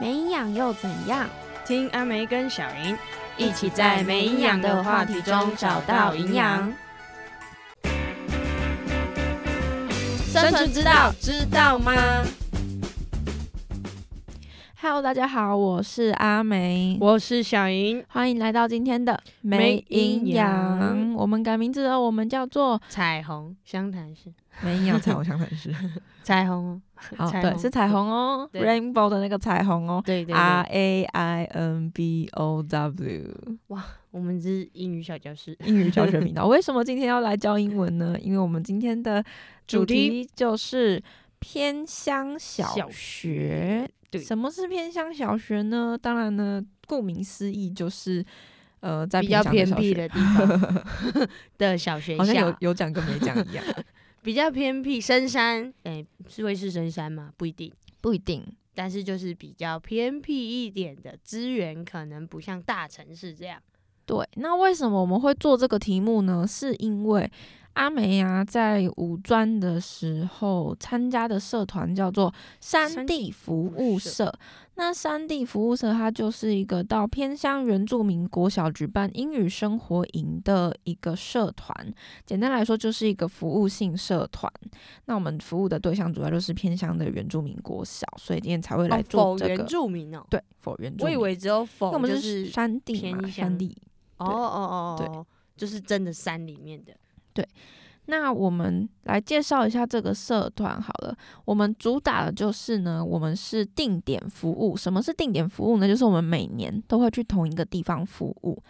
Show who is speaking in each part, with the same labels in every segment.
Speaker 1: 没营养又怎样？
Speaker 2: 听阿梅跟小云
Speaker 1: 一起在没营养的话题中找到营养。生存之道知道吗？Hello，大家好，我是阿梅，
Speaker 2: 我是小云，
Speaker 1: 欢迎来到今天的没营
Speaker 2: 没营
Speaker 1: 养。我们改名字了，我们叫 做
Speaker 2: 彩虹湘潭市，
Speaker 1: 没营养彩虹相反是，
Speaker 2: 彩虹哦，
Speaker 1: 好
Speaker 2: 彩
Speaker 1: 对，
Speaker 2: 虹
Speaker 1: 是彩虹哦
Speaker 2: 对
Speaker 1: ，rainbow 的那个彩虹哦
Speaker 2: 对对对，
Speaker 1: ，R A I N B O W。
Speaker 2: 我们是英语小教室，
Speaker 1: 英语教学频道。为 什么今天要来教英文呢？因为我们今天的主
Speaker 2: 主题
Speaker 1: 题就是偏乡小
Speaker 2: 小
Speaker 1: 学。
Speaker 2: 对
Speaker 1: 什么是偏乡小学呢？当然呢，顾名思义就是呃，在
Speaker 2: 比较
Speaker 1: 偏
Speaker 2: 偏
Speaker 1: 乡
Speaker 2: 僻
Speaker 1: 的
Speaker 2: 的地方 的小学
Speaker 1: 小学，好像有
Speaker 2: 校，
Speaker 1: 有讲跟没讲一样，
Speaker 2: 比较偏僻深山，哎，是会是深山吗？ 不一定。
Speaker 1: 不一定。
Speaker 2: 但是就是比较偏僻一点的资源，可能不像大城市这样。
Speaker 1: 对，那为什么我们会做这个题目呢？是因为阿梅啊，在五专的时候参加的社团叫做山
Speaker 2: 山
Speaker 1: 地服务
Speaker 2: 务
Speaker 1: 社。那山地服务社它就是一个到偏乡原住民国小举办英语生活营的一个社团，简单来说就是一个服务性社团。那我们服务的对象主要就是偏乡的原住民国小，所以今天才会来
Speaker 2: 哦
Speaker 1: 做
Speaker 2: 否
Speaker 1: 这个。
Speaker 2: 原住民哦，
Speaker 1: 对，否原住
Speaker 2: 我
Speaker 1: 民，
Speaker 2: 以为只有
Speaker 1: 因为
Speaker 2: 否
Speaker 1: 我们
Speaker 2: 就是
Speaker 1: 山地嘛，
Speaker 2: 偏
Speaker 1: 山
Speaker 2: 乡
Speaker 1: 地
Speaker 2: 哦
Speaker 1: 对
Speaker 2: 哦哦
Speaker 1: 对
Speaker 2: 哦，就是真的山里面的。
Speaker 1: 那我们来介绍一下这个社团好了。我们主打的就是呢，我们是定点服务。什么是定点服务呢？就是我们每年都会去同一个地方服务，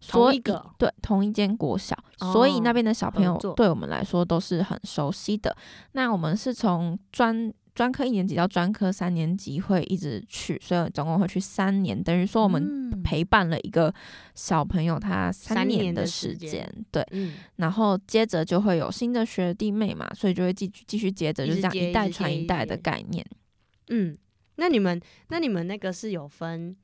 Speaker 1: 所
Speaker 2: 同
Speaker 1: 以
Speaker 2: 一个哦
Speaker 1: 对同一间国小，所以那边的小朋友
Speaker 2: 合作
Speaker 1: 对我们来说都是很熟悉的。那我们是从专专科一年级到专科三年级会一直去，所以总共会去三年，等于说我们
Speaker 2: 嗯
Speaker 1: 陪伴了一个小朋友他三
Speaker 2: 三
Speaker 1: 年
Speaker 2: 年
Speaker 1: 的
Speaker 2: 的
Speaker 1: 时
Speaker 2: 时间
Speaker 1: 间，对。
Speaker 2: 嗯，
Speaker 1: 然后接着就会有新的学弟妹嘛，所以就会继续继续接着，
Speaker 2: 一
Speaker 1: 就
Speaker 2: 直
Speaker 1: 是这样
Speaker 2: 接
Speaker 1: 一代
Speaker 2: 一直
Speaker 1: 传
Speaker 2: 接
Speaker 1: 一
Speaker 2: 一
Speaker 1: 代
Speaker 2: 直
Speaker 1: 的
Speaker 2: 接
Speaker 1: 概念。
Speaker 2: 嗯，那你们那你们那个是有分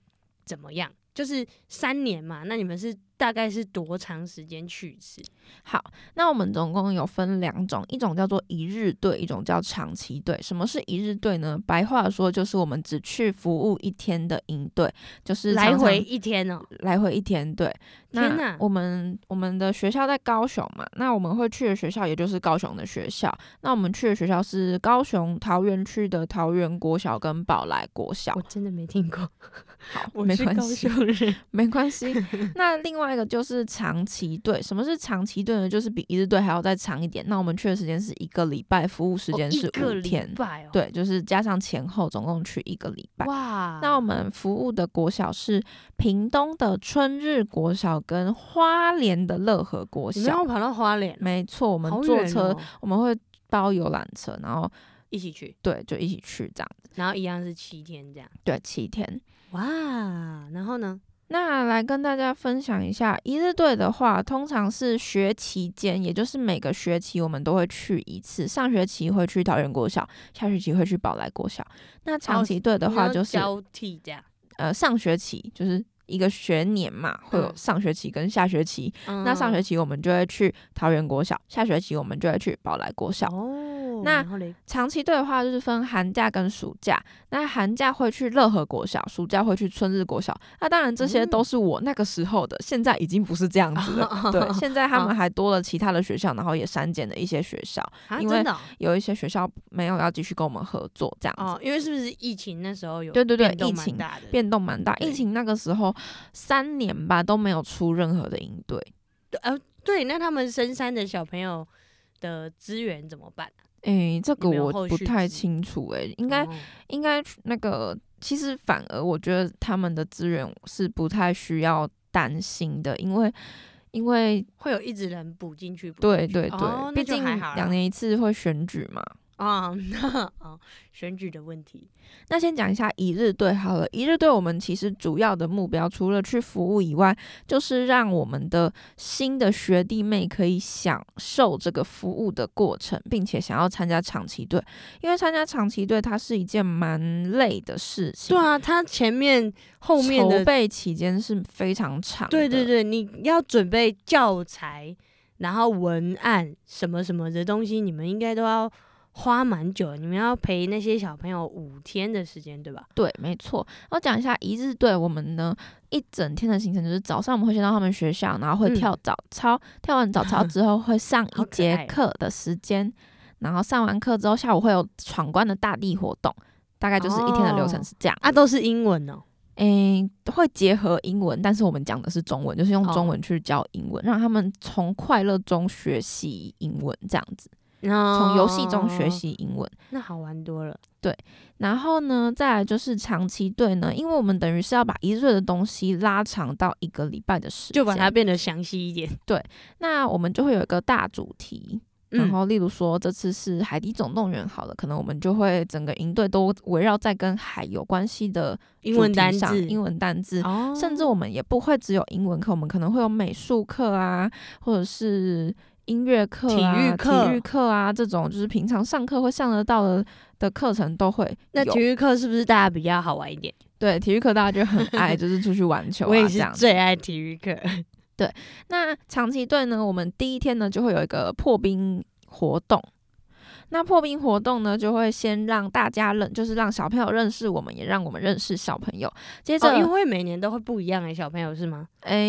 Speaker 2: 怎么样？就是三年嘛，那你们是大概是多长时间去一次？
Speaker 1: 好，那我们总共有分两种，一种叫做一日队，一种叫长期队。什么是一日队呢？白话说就是我们只去服务一天的营队，就是
Speaker 2: 来
Speaker 1: 常常
Speaker 2: 回一天哦，
Speaker 1: 来回一天，对。
Speaker 2: 天
Speaker 1: 那
Speaker 2: 哪
Speaker 1: 我们我们的学校在高雄嘛，那我们会去的学校也就是高雄的学校。那我们去的学校是高雄桃园区的桃园国小跟宝来国小
Speaker 2: 我。真的没听过，
Speaker 1: 好，
Speaker 2: 我
Speaker 1: 没
Speaker 2: 是
Speaker 1: 关
Speaker 2: 高
Speaker 1: 系。
Speaker 2: 雄人。
Speaker 1: 没关 系。那另外一个就是长期队，什么是长期队呢？就是比一日队还要再长一点。那我们去的时间是一个礼拜，服务时
Speaker 2: 哦
Speaker 1: 间
Speaker 2: 一
Speaker 1: 是
Speaker 2: 个
Speaker 1: 五
Speaker 2: 礼
Speaker 1: 天，
Speaker 2: 拜哦，
Speaker 1: 对，就是加上前后总共去一个礼拜。
Speaker 2: 哇，哦
Speaker 1: 那我们服务的国小是屏东的春日国小跟花莲的乐和国
Speaker 2: 你们
Speaker 1: 小
Speaker 2: 要。跑到花莲哦，
Speaker 1: 没错，我们
Speaker 2: 好
Speaker 1: 坐
Speaker 2: 远
Speaker 1: 车，
Speaker 2: 哦
Speaker 1: 我们会包游览车，然后
Speaker 2: 一起去，
Speaker 1: 对，就一起去这样子。
Speaker 2: 然后一样是七天这样。
Speaker 1: 对，七天。
Speaker 2: 哇，然后呢？
Speaker 1: 那来跟大家分享一下，一日队的话，通常是学期间，也就是每个学期我们都会去一次。上学期会去桃园国小，下学期会去宝来国小。那长期队的
Speaker 2: 哦你
Speaker 1: 话，
Speaker 2: 要
Speaker 1: 就是、
Speaker 2: 交替这样，
Speaker 1: 呃上学期就是一个学年嘛，会有
Speaker 2: 嗯
Speaker 1: 上学期跟下学期。那上学
Speaker 2: 嗯
Speaker 1: 期我们就会去桃园国小，下学期我们就会去宝来国小。
Speaker 2: 哦，
Speaker 1: 那
Speaker 2: 然后嘞，
Speaker 1: 长期队的话就是分寒假跟暑假，那寒假会去乐和国小，暑假会去春日国小。那当然这些
Speaker 2: 嗯
Speaker 1: 都是我那个时候的，现在已经不是这样子 了。对，现在他们还多了其他的学校，然后也删减了一些学校，
Speaker 2: 啊，
Speaker 1: 因
Speaker 2: 真
Speaker 1: 为
Speaker 2: 的哦
Speaker 1: 有一些学校没有要继续跟我们合作这样子。
Speaker 2: 哦，因为是不是疫情那时候有
Speaker 1: 对对对
Speaker 2: 变动
Speaker 1: 疫
Speaker 2: 蛮
Speaker 1: 情
Speaker 2: 大的，
Speaker 1: 变动蛮大，
Speaker 2: 对
Speaker 1: 疫情那个时候三年吧都没有出任何的应对，
Speaker 2: 对呃对，那他们深山的小朋友的资源怎么办？
Speaker 1: 诶、这个
Speaker 2: 有没有
Speaker 1: 我
Speaker 2: 后
Speaker 1: 不
Speaker 2: 续
Speaker 1: 太
Speaker 2: 之
Speaker 1: 清楚、诶，应该
Speaker 2: 哦
Speaker 1: 应该那个，其实反而我觉得他们的资源是不太需要担心的，因为因为
Speaker 2: 会有一直人补进去，补
Speaker 1: 对
Speaker 2: 进去
Speaker 1: 对
Speaker 2: 哦
Speaker 1: 对，毕
Speaker 2: 那就
Speaker 1: 竟
Speaker 2: 还好啦
Speaker 1: 两年一次会选举嘛。
Speaker 2: 啊，那哦， 选举的问题，
Speaker 1: 那先讲一下一日队好了，一日队我们其实主要的目标除了去服务以外，就是让我们的新的学弟妹可以享受这个服务的过程，并且想要参加长期队，因为参加长期队它是一件蛮累的事情
Speaker 2: 对。啊，他前面后面
Speaker 1: 筹
Speaker 2: 的，
Speaker 1: 备期间是非常长的，
Speaker 2: 对对对，你要准备教材，然后文案什么什么的东西，你们应该都要花蛮久的，你们要陪那些小朋友五天的时间，对吧？
Speaker 1: 对，没错。我讲一下一日队，我们呢一整天的行程就是早上我们会先到他们学校，然后会
Speaker 2: 嗯
Speaker 1: 跳早操，跳完早操之后会上一
Speaker 2: 好可
Speaker 1: 节
Speaker 2: 爱哦
Speaker 1: 课的时间，然后上完课之后下午会有闯关的大地活动，大概就是一天的流程
Speaker 2: 哦
Speaker 1: 是这样。
Speaker 2: 啊，都是英文哦。
Speaker 1: 诶、会结合英文，但是我们讲的是中文，就是用中
Speaker 2: 哦
Speaker 1: 文去教英文，让他们从快乐中学习英文，这样子，从
Speaker 2: 从
Speaker 1: 游戏中
Speaker 2: 哦
Speaker 1: 学，习英文。
Speaker 2: 那好玩多了。
Speaker 1: 然后呢，再来就是长期队呢，因为我们等于是要把一日的东西拉长到一个礼拜的时间，
Speaker 2: 就把它变得详细一点。
Speaker 1: 那我们就会有一个大主题。然
Speaker 2: 嗯，
Speaker 1: 后，例如说这次是《海底总动员》好了，可能我们就会整个营队都围绕在跟海有关系的
Speaker 2: 英文
Speaker 1: 主题
Speaker 2: 单
Speaker 1: 上
Speaker 2: 字，
Speaker 1: 英文单字，
Speaker 2: 哦
Speaker 1: 甚至我们也不会只有英文课，我们可能会有美术课啊，或者是音乐课、啊、
Speaker 2: 体育课
Speaker 1: 体育课啊这种，就是平常上课会上得到的的课程都会
Speaker 2: 那
Speaker 1: 有
Speaker 2: 体育课是不是大家比较好玩一点？
Speaker 1: 对，体育课大家就很爱，就是出去玩球
Speaker 2: 我也
Speaker 1: 啊
Speaker 2: 是
Speaker 1: 这样。
Speaker 2: 最爱体育课。
Speaker 1: 那长期队呢，我们第一天呢就会有一个破冰活动。那破冰活动呢，就会先让大家认，就是让小朋友认识我们，也让我们认识小朋友。接着，
Speaker 2: 哦，
Speaker 1: 哎、
Speaker 2: 因为每年都会不一样诶、小朋友是吗？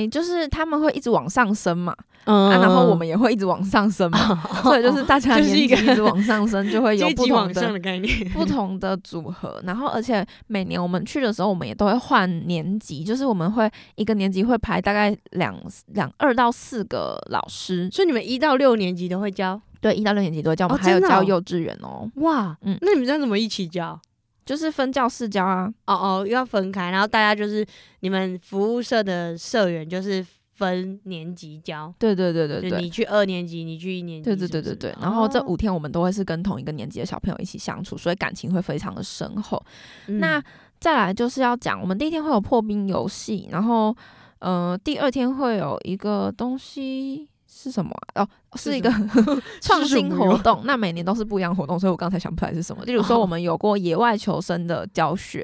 Speaker 1: 就是他们会一直往上升嘛，
Speaker 2: 嗯哦
Speaker 1: 啊，然后我们也会一直往上升嘛，所以就是大家
Speaker 2: 就是
Speaker 1: 年
Speaker 2: 一个
Speaker 1: 纪一直往上升，就会有
Speaker 2: 阶
Speaker 1: 不
Speaker 2: 级
Speaker 1: 同
Speaker 2: 往
Speaker 1: 的
Speaker 2: 上的概念。
Speaker 1: 不同的组合，然后而且每年我们去的时候，我们也都会换年级，就是我们会一个年级会排大概两两二到四个老师，
Speaker 2: 所以你们一到六年级都会教
Speaker 1: 对，一到六年级都会教，我们
Speaker 2: 哦
Speaker 1: 还有
Speaker 2: 真的
Speaker 1: 教
Speaker 2: 哦
Speaker 1: 幼稚园哦，
Speaker 2: 哇？
Speaker 1: 嗯
Speaker 2: 那你们这样怎么一起教？
Speaker 1: 就是分教室教啊，
Speaker 2: 哦哦，要分开，然后大家就是你们服务社的社员就是分年级教，
Speaker 1: 对对对对
Speaker 2: 就
Speaker 1: 对。
Speaker 2: 你去二年级，你去一年级
Speaker 1: 对
Speaker 2: 什
Speaker 1: 对
Speaker 2: 么什么，
Speaker 1: 对对对，然后这
Speaker 2: 哦
Speaker 1: 五天我们都会是跟同一个年级的小朋友一起相处，所以感情会非常的深厚。
Speaker 2: 嗯
Speaker 1: 那再来就是要讲，我们第一天会有破冰游戏，然后呃，第二天会有一个东西是什么啊、哦，
Speaker 2: 是
Speaker 1: 是一
Speaker 2: 什
Speaker 1: 个创
Speaker 2: 是什
Speaker 1: 新
Speaker 2: 么
Speaker 1: 活
Speaker 2: 哟
Speaker 1: 动。那每年都是不一样的活动，所以我刚才想不出来是什么。例如说，
Speaker 2: 哦
Speaker 1: 我们有过野外求生的教学，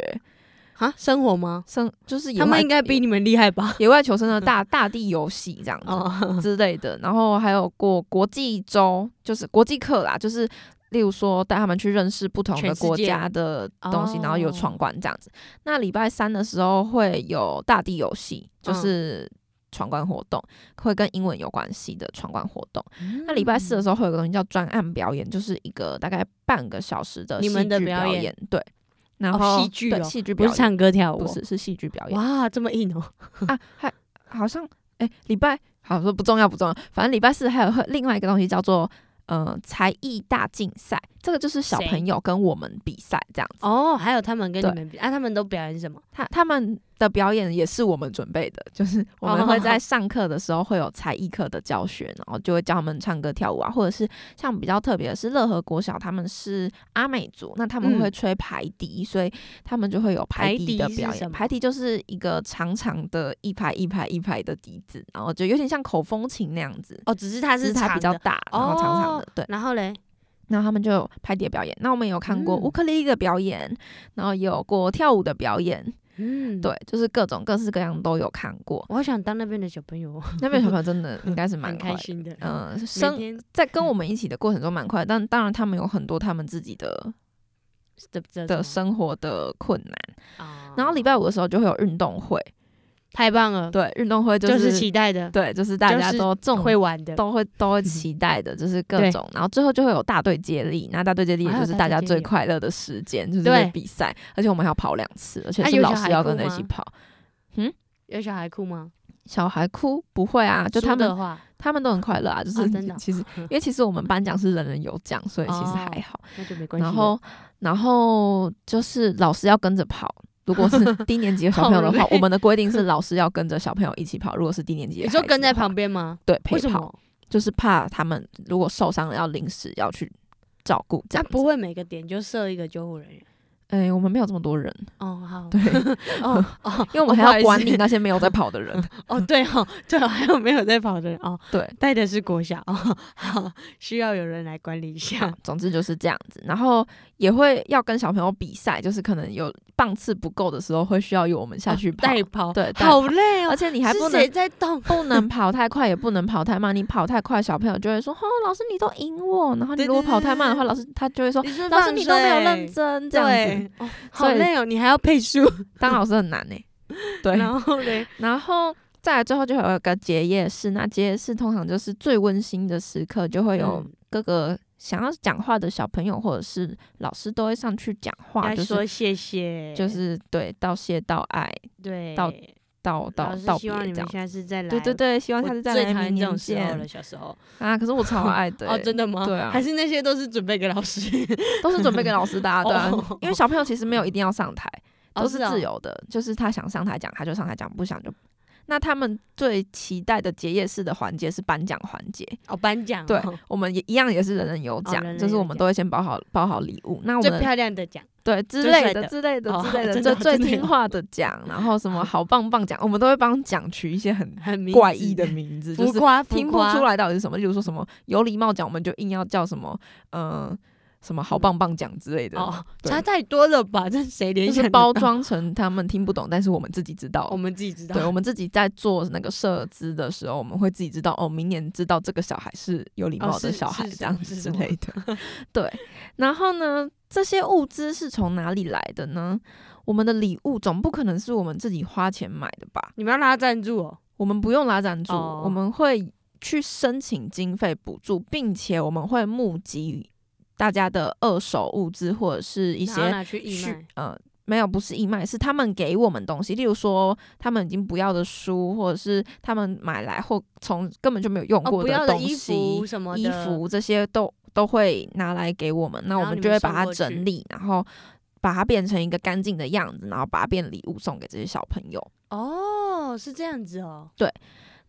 Speaker 2: 啊生活吗？
Speaker 1: 生就是野
Speaker 2: 他们
Speaker 1: 外
Speaker 2: 应该比你们厉 害吧？
Speaker 1: 野外求生的大大地游戏这样子。
Speaker 2: 哦，
Speaker 1: 之类的，然后还有过国际周，就是国际课啦，就是例如说带他们去认识不同的
Speaker 2: 全世界
Speaker 1: 国家的东西，
Speaker 2: 哦
Speaker 1: 然后有闯关这样子。那礼拜三的时候会有大地游戏，
Speaker 2: 嗯
Speaker 1: 就是闯关活动，会跟英文有关系的闯关活动。那礼拜四的
Speaker 2: 嗯
Speaker 1: 时候会有个东西叫专案表演，就是一个大概半个小时的
Speaker 2: 你们的
Speaker 1: 戏剧表
Speaker 2: 表演
Speaker 1: 对。然后
Speaker 2: 戏剧
Speaker 1: 对
Speaker 2: 哦
Speaker 1: 戏剧
Speaker 2: 不
Speaker 1: 表
Speaker 2: 是
Speaker 1: 演
Speaker 2: 唱歌跳舞哦，
Speaker 1: 不是是戏剧表演。
Speaker 2: 哇，这么硬哦！
Speaker 1: 啊，还好像哎，礼、拜好说不重要不重要，反正礼拜四还有会另外一个东西叫做呃才艺大竞赛，这个就是小
Speaker 2: 谁
Speaker 1: 朋友跟我们比赛这样子。
Speaker 2: 哦，还有他们跟
Speaker 1: 对
Speaker 2: 你们比，啊，他们都表演什么？
Speaker 1: 他他们的表演也是我们准备的，就是我
Speaker 2: 哦
Speaker 1: 们会 在上课的时候会有才艺课的教学，然后就会教他们唱歌跳舞啊，或者是像比较特别的是乐和国小他们是阿美族，那他们
Speaker 2: 嗯
Speaker 1: 会吹排笛，所以他们就会有排
Speaker 2: 排
Speaker 1: 笛
Speaker 2: 笛
Speaker 1: 的
Speaker 2: 是
Speaker 1: 表
Speaker 2: 什
Speaker 1: 演。
Speaker 2: 么
Speaker 1: 排笛就是一个长长的一排一排一排的笛子，然后就有点像口风琴那样子，
Speaker 2: 哦，只是它
Speaker 1: 只是
Speaker 2: 是
Speaker 1: 它比较
Speaker 2: 长的。哦
Speaker 1: 大，然后长长的，对。
Speaker 2: 然后嘞，
Speaker 1: 然后他们就有排笛的表演，那我们有看过
Speaker 2: 嗯
Speaker 1: 乌克丽丽的表演，然后也有过跳舞的表演，
Speaker 2: 嗯，
Speaker 1: 对，就是各种各式各样都有看过。
Speaker 2: 我好想当那边的小朋友哦，
Speaker 1: 那边小朋友真的应该是蛮
Speaker 2: 蛮开
Speaker 1: 快，
Speaker 2: 心的。
Speaker 1: 嗯、
Speaker 2: 每
Speaker 1: 生
Speaker 2: 天嗯
Speaker 1: 在跟我们一起的过程中蛮快，但当然他们有很多他们自己的
Speaker 2: 的
Speaker 1: 的
Speaker 2: 的
Speaker 1: 生活的困难。
Speaker 2: 啊
Speaker 1: 然后礼拜五的时候就会有运动会，
Speaker 2: 太棒了，
Speaker 1: 对，运动会、
Speaker 2: 嗯就是是期待的，
Speaker 1: 对，就是大
Speaker 2: 就
Speaker 1: 家
Speaker 2: 是
Speaker 1: 都重
Speaker 2: 会玩的。
Speaker 1: 都会都会期待的，就是各
Speaker 2: 对
Speaker 1: 种，然后最后就会有大队接力，那大队接力也
Speaker 2: 还有
Speaker 1: 就是大
Speaker 2: 大队
Speaker 1: 家
Speaker 2: 接
Speaker 1: 最
Speaker 2: 力哦
Speaker 1: 快乐的时间，就是
Speaker 2: 对
Speaker 1: 比赛，而且我们还要跑两次，而且
Speaker 2: 啊
Speaker 1: 是
Speaker 2: 有
Speaker 1: 老
Speaker 2: 小
Speaker 1: 师
Speaker 2: 孩
Speaker 1: 要
Speaker 2: 哭
Speaker 1: 跟着一起
Speaker 2: 吗
Speaker 1: 跑。
Speaker 2: 有小孩哭吗？
Speaker 1: 小孩哭不会啊，就
Speaker 2: 输
Speaker 1: 他们
Speaker 2: 的话，
Speaker 1: 他们都很快乐啊，就是、
Speaker 2: 啊真的哦
Speaker 1: 其实因为其实我们颁奖是人人有奖，所以其实
Speaker 2: 哦
Speaker 1: 还好。
Speaker 2: 那就没关系了。
Speaker 1: 然后然后就是老师要跟着跑。如 果是低年级的小朋友的话
Speaker 2: 好，累
Speaker 1: 我们的规定是老师要跟着小朋友一起跑。如果是低年级的
Speaker 2: 你
Speaker 1: 孩子的
Speaker 2: 说
Speaker 1: 话，
Speaker 2: 跟在旁边吗？
Speaker 1: 对陪
Speaker 2: 为什
Speaker 1: 跑，
Speaker 2: 么？
Speaker 1: 就是怕他们如果受伤了要临时要去照顾这
Speaker 2: 他啊
Speaker 1: 样子。
Speaker 2: 不会每个点就设一个救护人员。
Speaker 1: 哎、我们没有这么多人，
Speaker 2: 哦，好，
Speaker 1: 对，
Speaker 2: 哦哦，
Speaker 1: 因为我们还
Speaker 2: 哦不好
Speaker 1: 要
Speaker 2: 意思
Speaker 1: 管理那些没有在跑的 人。
Speaker 2: 哦，对哦，对哦，还有没有在跑的人哦？
Speaker 1: 对，
Speaker 2: 带的是国小哦，好，需要有人来管理一下。
Speaker 1: 总之就是这样子，然后也会要跟小朋友比赛，就是可能有棒次不够的时候，会需要由我们下去
Speaker 2: 哦
Speaker 1: 跑，
Speaker 2: 带跑，
Speaker 1: 对带
Speaker 2: 好累
Speaker 1: 而
Speaker 2: 哦。
Speaker 1: 且你还不
Speaker 2: 是谁
Speaker 1: 能
Speaker 2: 在动？
Speaker 1: 不能跑太快，也不能跑太慢。你跑太快，小朋友就会说：“哦，老师你都赢我。”然后你
Speaker 2: 对
Speaker 1: 如果
Speaker 2: 对
Speaker 1: 跑
Speaker 2: 对
Speaker 1: 太慢的
Speaker 2: 对
Speaker 1: 话，老师他就会说
Speaker 2: 你是：“
Speaker 1: 老师你都没有认真。”这样子
Speaker 2: 对，哦好
Speaker 1: 所以
Speaker 2: 累哦，你还要配书，
Speaker 1: 当老师很难呢、 对，
Speaker 2: 然后嘞，
Speaker 1: 然后再来最后就有一个结业式，那结业式通常就是最温馨的时刻，就会有
Speaker 2: 嗯
Speaker 1: 各个想要讲话的小朋友或者是老师都会上去讲话，
Speaker 2: 要
Speaker 1: 就是
Speaker 2: 说谢谢，
Speaker 1: 就是对道谢、道爱、
Speaker 2: 对，
Speaker 1: 道道道
Speaker 2: 老师
Speaker 1: 道
Speaker 2: 希
Speaker 1: 别
Speaker 2: 望
Speaker 1: 这
Speaker 2: 你们
Speaker 1: 样。
Speaker 2: 下次再来。
Speaker 1: 对对对，希望
Speaker 2: 我
Speaker 1: 下次再
Speaker 2: 最
Speaker 1: 来
Speaker 2: 讨厌
Speaker 1: 明
Speaker 2: 这种
Speaker 1: 年
Speaker 2: 时候了，
Speaker 1: 见
Speaker 2: 小时候。
Speaker 1: 啊！可是我超爱的
Speaker 2: 哦，
Speaker 1: 欸，
Speaker 2: 真的吗？
Speaker 1: 对啊
Speaker 2: 还是那些都是准备给老师？
Speaker 1: 都是准备给老师的啊，对啊
Speaker 2: 哦，
Speaker 1: 因为小朋友其实没有一定要上台，
Speaker 2: 哦
Speaker 1: 都是
Speaker 2: 哦
Speaker 1: 自由的，就是他想上台讲他就上台讲，不想就。那他们最期待的结业式的环节是颁奖环节，
Speaker 2: 哦，颁奖哦
Speaker 1: 对我们也一样也是人人有奖，
Speaker 2: 哦人人
Speaker 1: 就是
Speaker 2: 有
Speaker 1: 我们
Speaker 2: 奖
Speaker 1: 都会先包好包好礼物。那我
Speaker 2: 最
Speaker 1: 们
Speaker 2: 漂亮的奖，
Speaker 1: 对之
Speaker 2: 最
Speaker 1: 类
Speaker 2: 帅
Speaker 1: 的
Speaker 2: 的
Speaker 1: 之类的
Speaker 2: 哦
Speaker 1: 之类的，
Speaker 2: 真
Speaker 1: 最
Speaker 2: 的
Speaker 1: 最
Speaker 2: 真的
Speaker 1: 听
Speaker 2: 有
Speaker 1: 话的奖，然后什 么好棒棒奖，我们都会帮奖取一些很
Speaker 2: 很明
Speaker 1: 怪
Speaker 2: 智
Speaker 1: 异的名 字，就
Speaker 2: 浮
Speaker 1: 是
Speaker 2: 夸，浮
Speaker 1: 听不
Speaker 2: 夸
Speaker 1: 出来到底是什么。例如说什么有礼貌奖，我们就硬要叫什么呃什么好棒棒奖之类的，
Speaker 2: 哦，
Speaker 1: 对
Speaker 2: 差太多了吧？这谁联
Speaker 1: 就
Speaker 2: 想
Speaker 1: 是
Speaker 2: 得
Speaker 1: 包
Speaker 2: 到，
Speaker 1: 装成他们听不懂，但是我们自己知道
Speaker 2: 我。们自己知
Speaker 1: 对，
Speaker 2: 道。
Speaker 1: 我们自己在做那个设资的时候，我们会自己知道哦，明年知道这个小孩是有礼
Speaker 2: 哦
Speaker 1: 貌的
Speaker 2: 是
Speaker 1: 小孩，
Speaker 2: 是什
Speaker 1: 这样
Speaker 2: 么
Speaker 1: 子
Speaker 2: 是
Speaker 1: 之
Speaker 2: 什么
Speaker 1: 类的。对，然后呢，这些物资是从哪里来的呢？我们的礼物总不可能是我们自己花钱买的吧？
Speaker 2: 你们要拉赞助哦，
Speaker 1: 我们不用拉赞助，
Speaker 2: 哦
Speaker 1: 我们会去申请经费补助，并且我们会募集大家的二手物资或者是一
Speaker 2: 一
Speaker 1: 些
Speaker 2: 拿去义
Speaker 1: 需
Speaker 2: 卖，
Speaker 1: 呃，没有，不是义卖，是他们给我们东西，例如说他们已经不要的书，或者是他们买来或从根本就没有用
Speaker 2: 哦，
Speaker 1: 过
Speaker 2: 不要的
Speaker 1: 东
Speaker 2: 衣
Speaker 1: 西、
Speaker 2: 服什么的
Speaker 1: 衣服这些都都会拿来给我们，那我
Speaker 2: 然后
Speaker 1: 们
Speaker 2: 你
Speaker 1: 就
Speaker 2: 们
Speaker 1: 会把
Speaker 2: 送
Speaker 1: 它
Speaker 2: 过去
Speaker 1: 整理，然后把它变成一个干净的样子，然后把它变礼物送给这些小朋友。
Speaker 2: 哦，是这样子哦，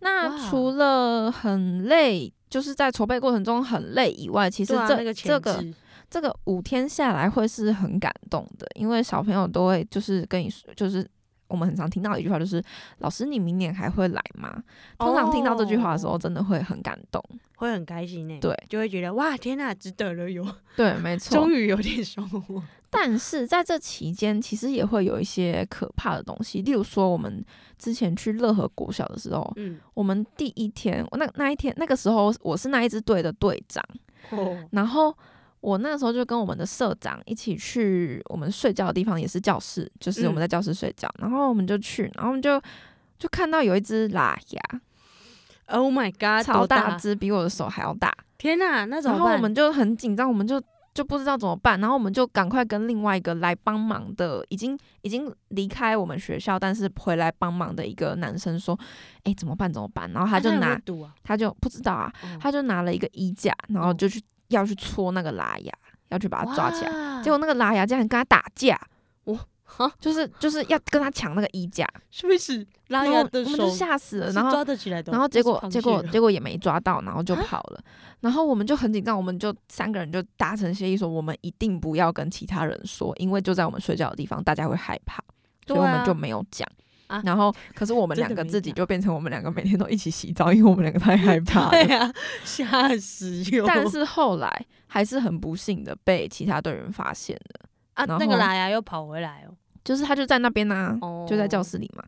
Speaker 1: 那
Speaker 2: 哇
Speaker 1: 除了很累，就是在筹备过程中很累以外，其实
Speaker 2: 对
Speaker 1: 这、
Speaker 2: 啊，那
Speaker 1: 这
Speaker 2: 个前
Speaker 1: 个
Speaker 2: 置
Speaker 1: 这个五天下来会是很感动的，因为小朋友都会就是跟你说，就是我们很常听到的一句话，就是老师你明年还会来吗？通常听到这句话的时候，
Speaker 2: 哦
Speaker 1: 真的会很感动。
Speaker 2: 会很开心呢，
Speaker 1: 对，
Speaker 2: 就会觉得哇，天哪，值得了，有
Speaker 1: 对，没错
Speaker 2: 终。于有点收获，
Speaker 1: 但是在这期间，其实也会有一些可怕的东西，例如说我们之前去乐和国小的时候，
Speaker 2: 嗯，
Speaker 1: 我们第一天，那那一天那个时候我是那一支队的队长。
Speaker 2: 哦，
Speaker 1: 然后我那时候就跟我们的社长一起去我们睡觉的地方，也是教室，就是我们
Speaker 2: 嗯
Speaker 1: 在教室睡觉，然后我们就去，然后我们就就看到有一只喇牙，
Speaker 2: Oh my god，
Speaker 1: 超
Speaker 2: 多
Speaker 1: 大
Speaker 2: 大！
Speaker 1: 只，比我的手还要大，
Speaker 2: 天哪，那怎
Speaker 1: 然
Speaker 2: 么
Speaker 1: 后我
Speaker 2: 办？
Speaker 1: 们就很紧张，我们就。就不知道怎么办，然后我们就赶快跟另外一个来帮忙的，已经已经离开我们学校，但是回来帮忙的一个男生说：“哎、怎么办？怎么办？”然后他
Speaker 2: 啊
Speaker 1: 就
Speaker 2: 那有没有
Speaker 1: 拿，
Speaker 2: 赌啊，
Speaker 1: 他就不知道啊，
Speaker 2: 哦
Speaker 1: 他就拿了一个衣架，然后
Speaker 2: 嗯
Speaker 1: 就去要去戳那个拉牙，要去把它抓起来。
Speaker 2: 来
Speaker 1: 结果那个拉牙竟然跟他打架，
Speaker 2: 哈，
Speaker 1: 就是就是要跟他抢那个衣架，
Speaker 2: 是不是拉
Speaker 1: 然
Speaker 2: 牙
Speaker 1: 后我
Speaker 2: 的
Speaker 1: 们
Speaker 2: 手
Speaker 1: 就吓死了，
Speaker 2: 是
Speaker 1: 然后。
Speaker 2: 抓得起来的哦？
Speaker 1: 然后结果
Speaker 2: 不是螃
Speaker 1: 结果
Speaker 2: 蟹
Speaker 1: 结果也没抓到，然后就
Speaker 2: 啊
Speaker 1: 跑了。然后我们就很紧张，我们就三个人就达成协议说，我们一定不要跟其他人说，因为就在我们睡觉的地方，大家会害怕，所以我
Speaker 2: 对
Speaker 1: 们
Speaker 2: 啊
Speaker 1: 就没有讲。
Speaker 2: 啊
Speaker 1: 然后可是我们
Speaker 2: 真的
Speaker 1: 两个
Speaker 2: 没
Speaker 1: 自己
Speaker 2: 讲
Speaker 1: 就变成我们两个每天都一起洗澡，因为我们两个太害怕了。
Speaker 2: 对啊呀、吓死哟！
Speaker 1: 但是后来还是很不幸的被其他队员发现了，
Speaker 2: 啊，
Speaker 1: 然
Speaker 2: 那个
Speaker 1: 后
Speaker 2: 拉牙又跑回来哦，
Speaker 1: 就是他就在那边啊呢、
Speaker 2: 哦
Speaker 1: 就在教室里嘛，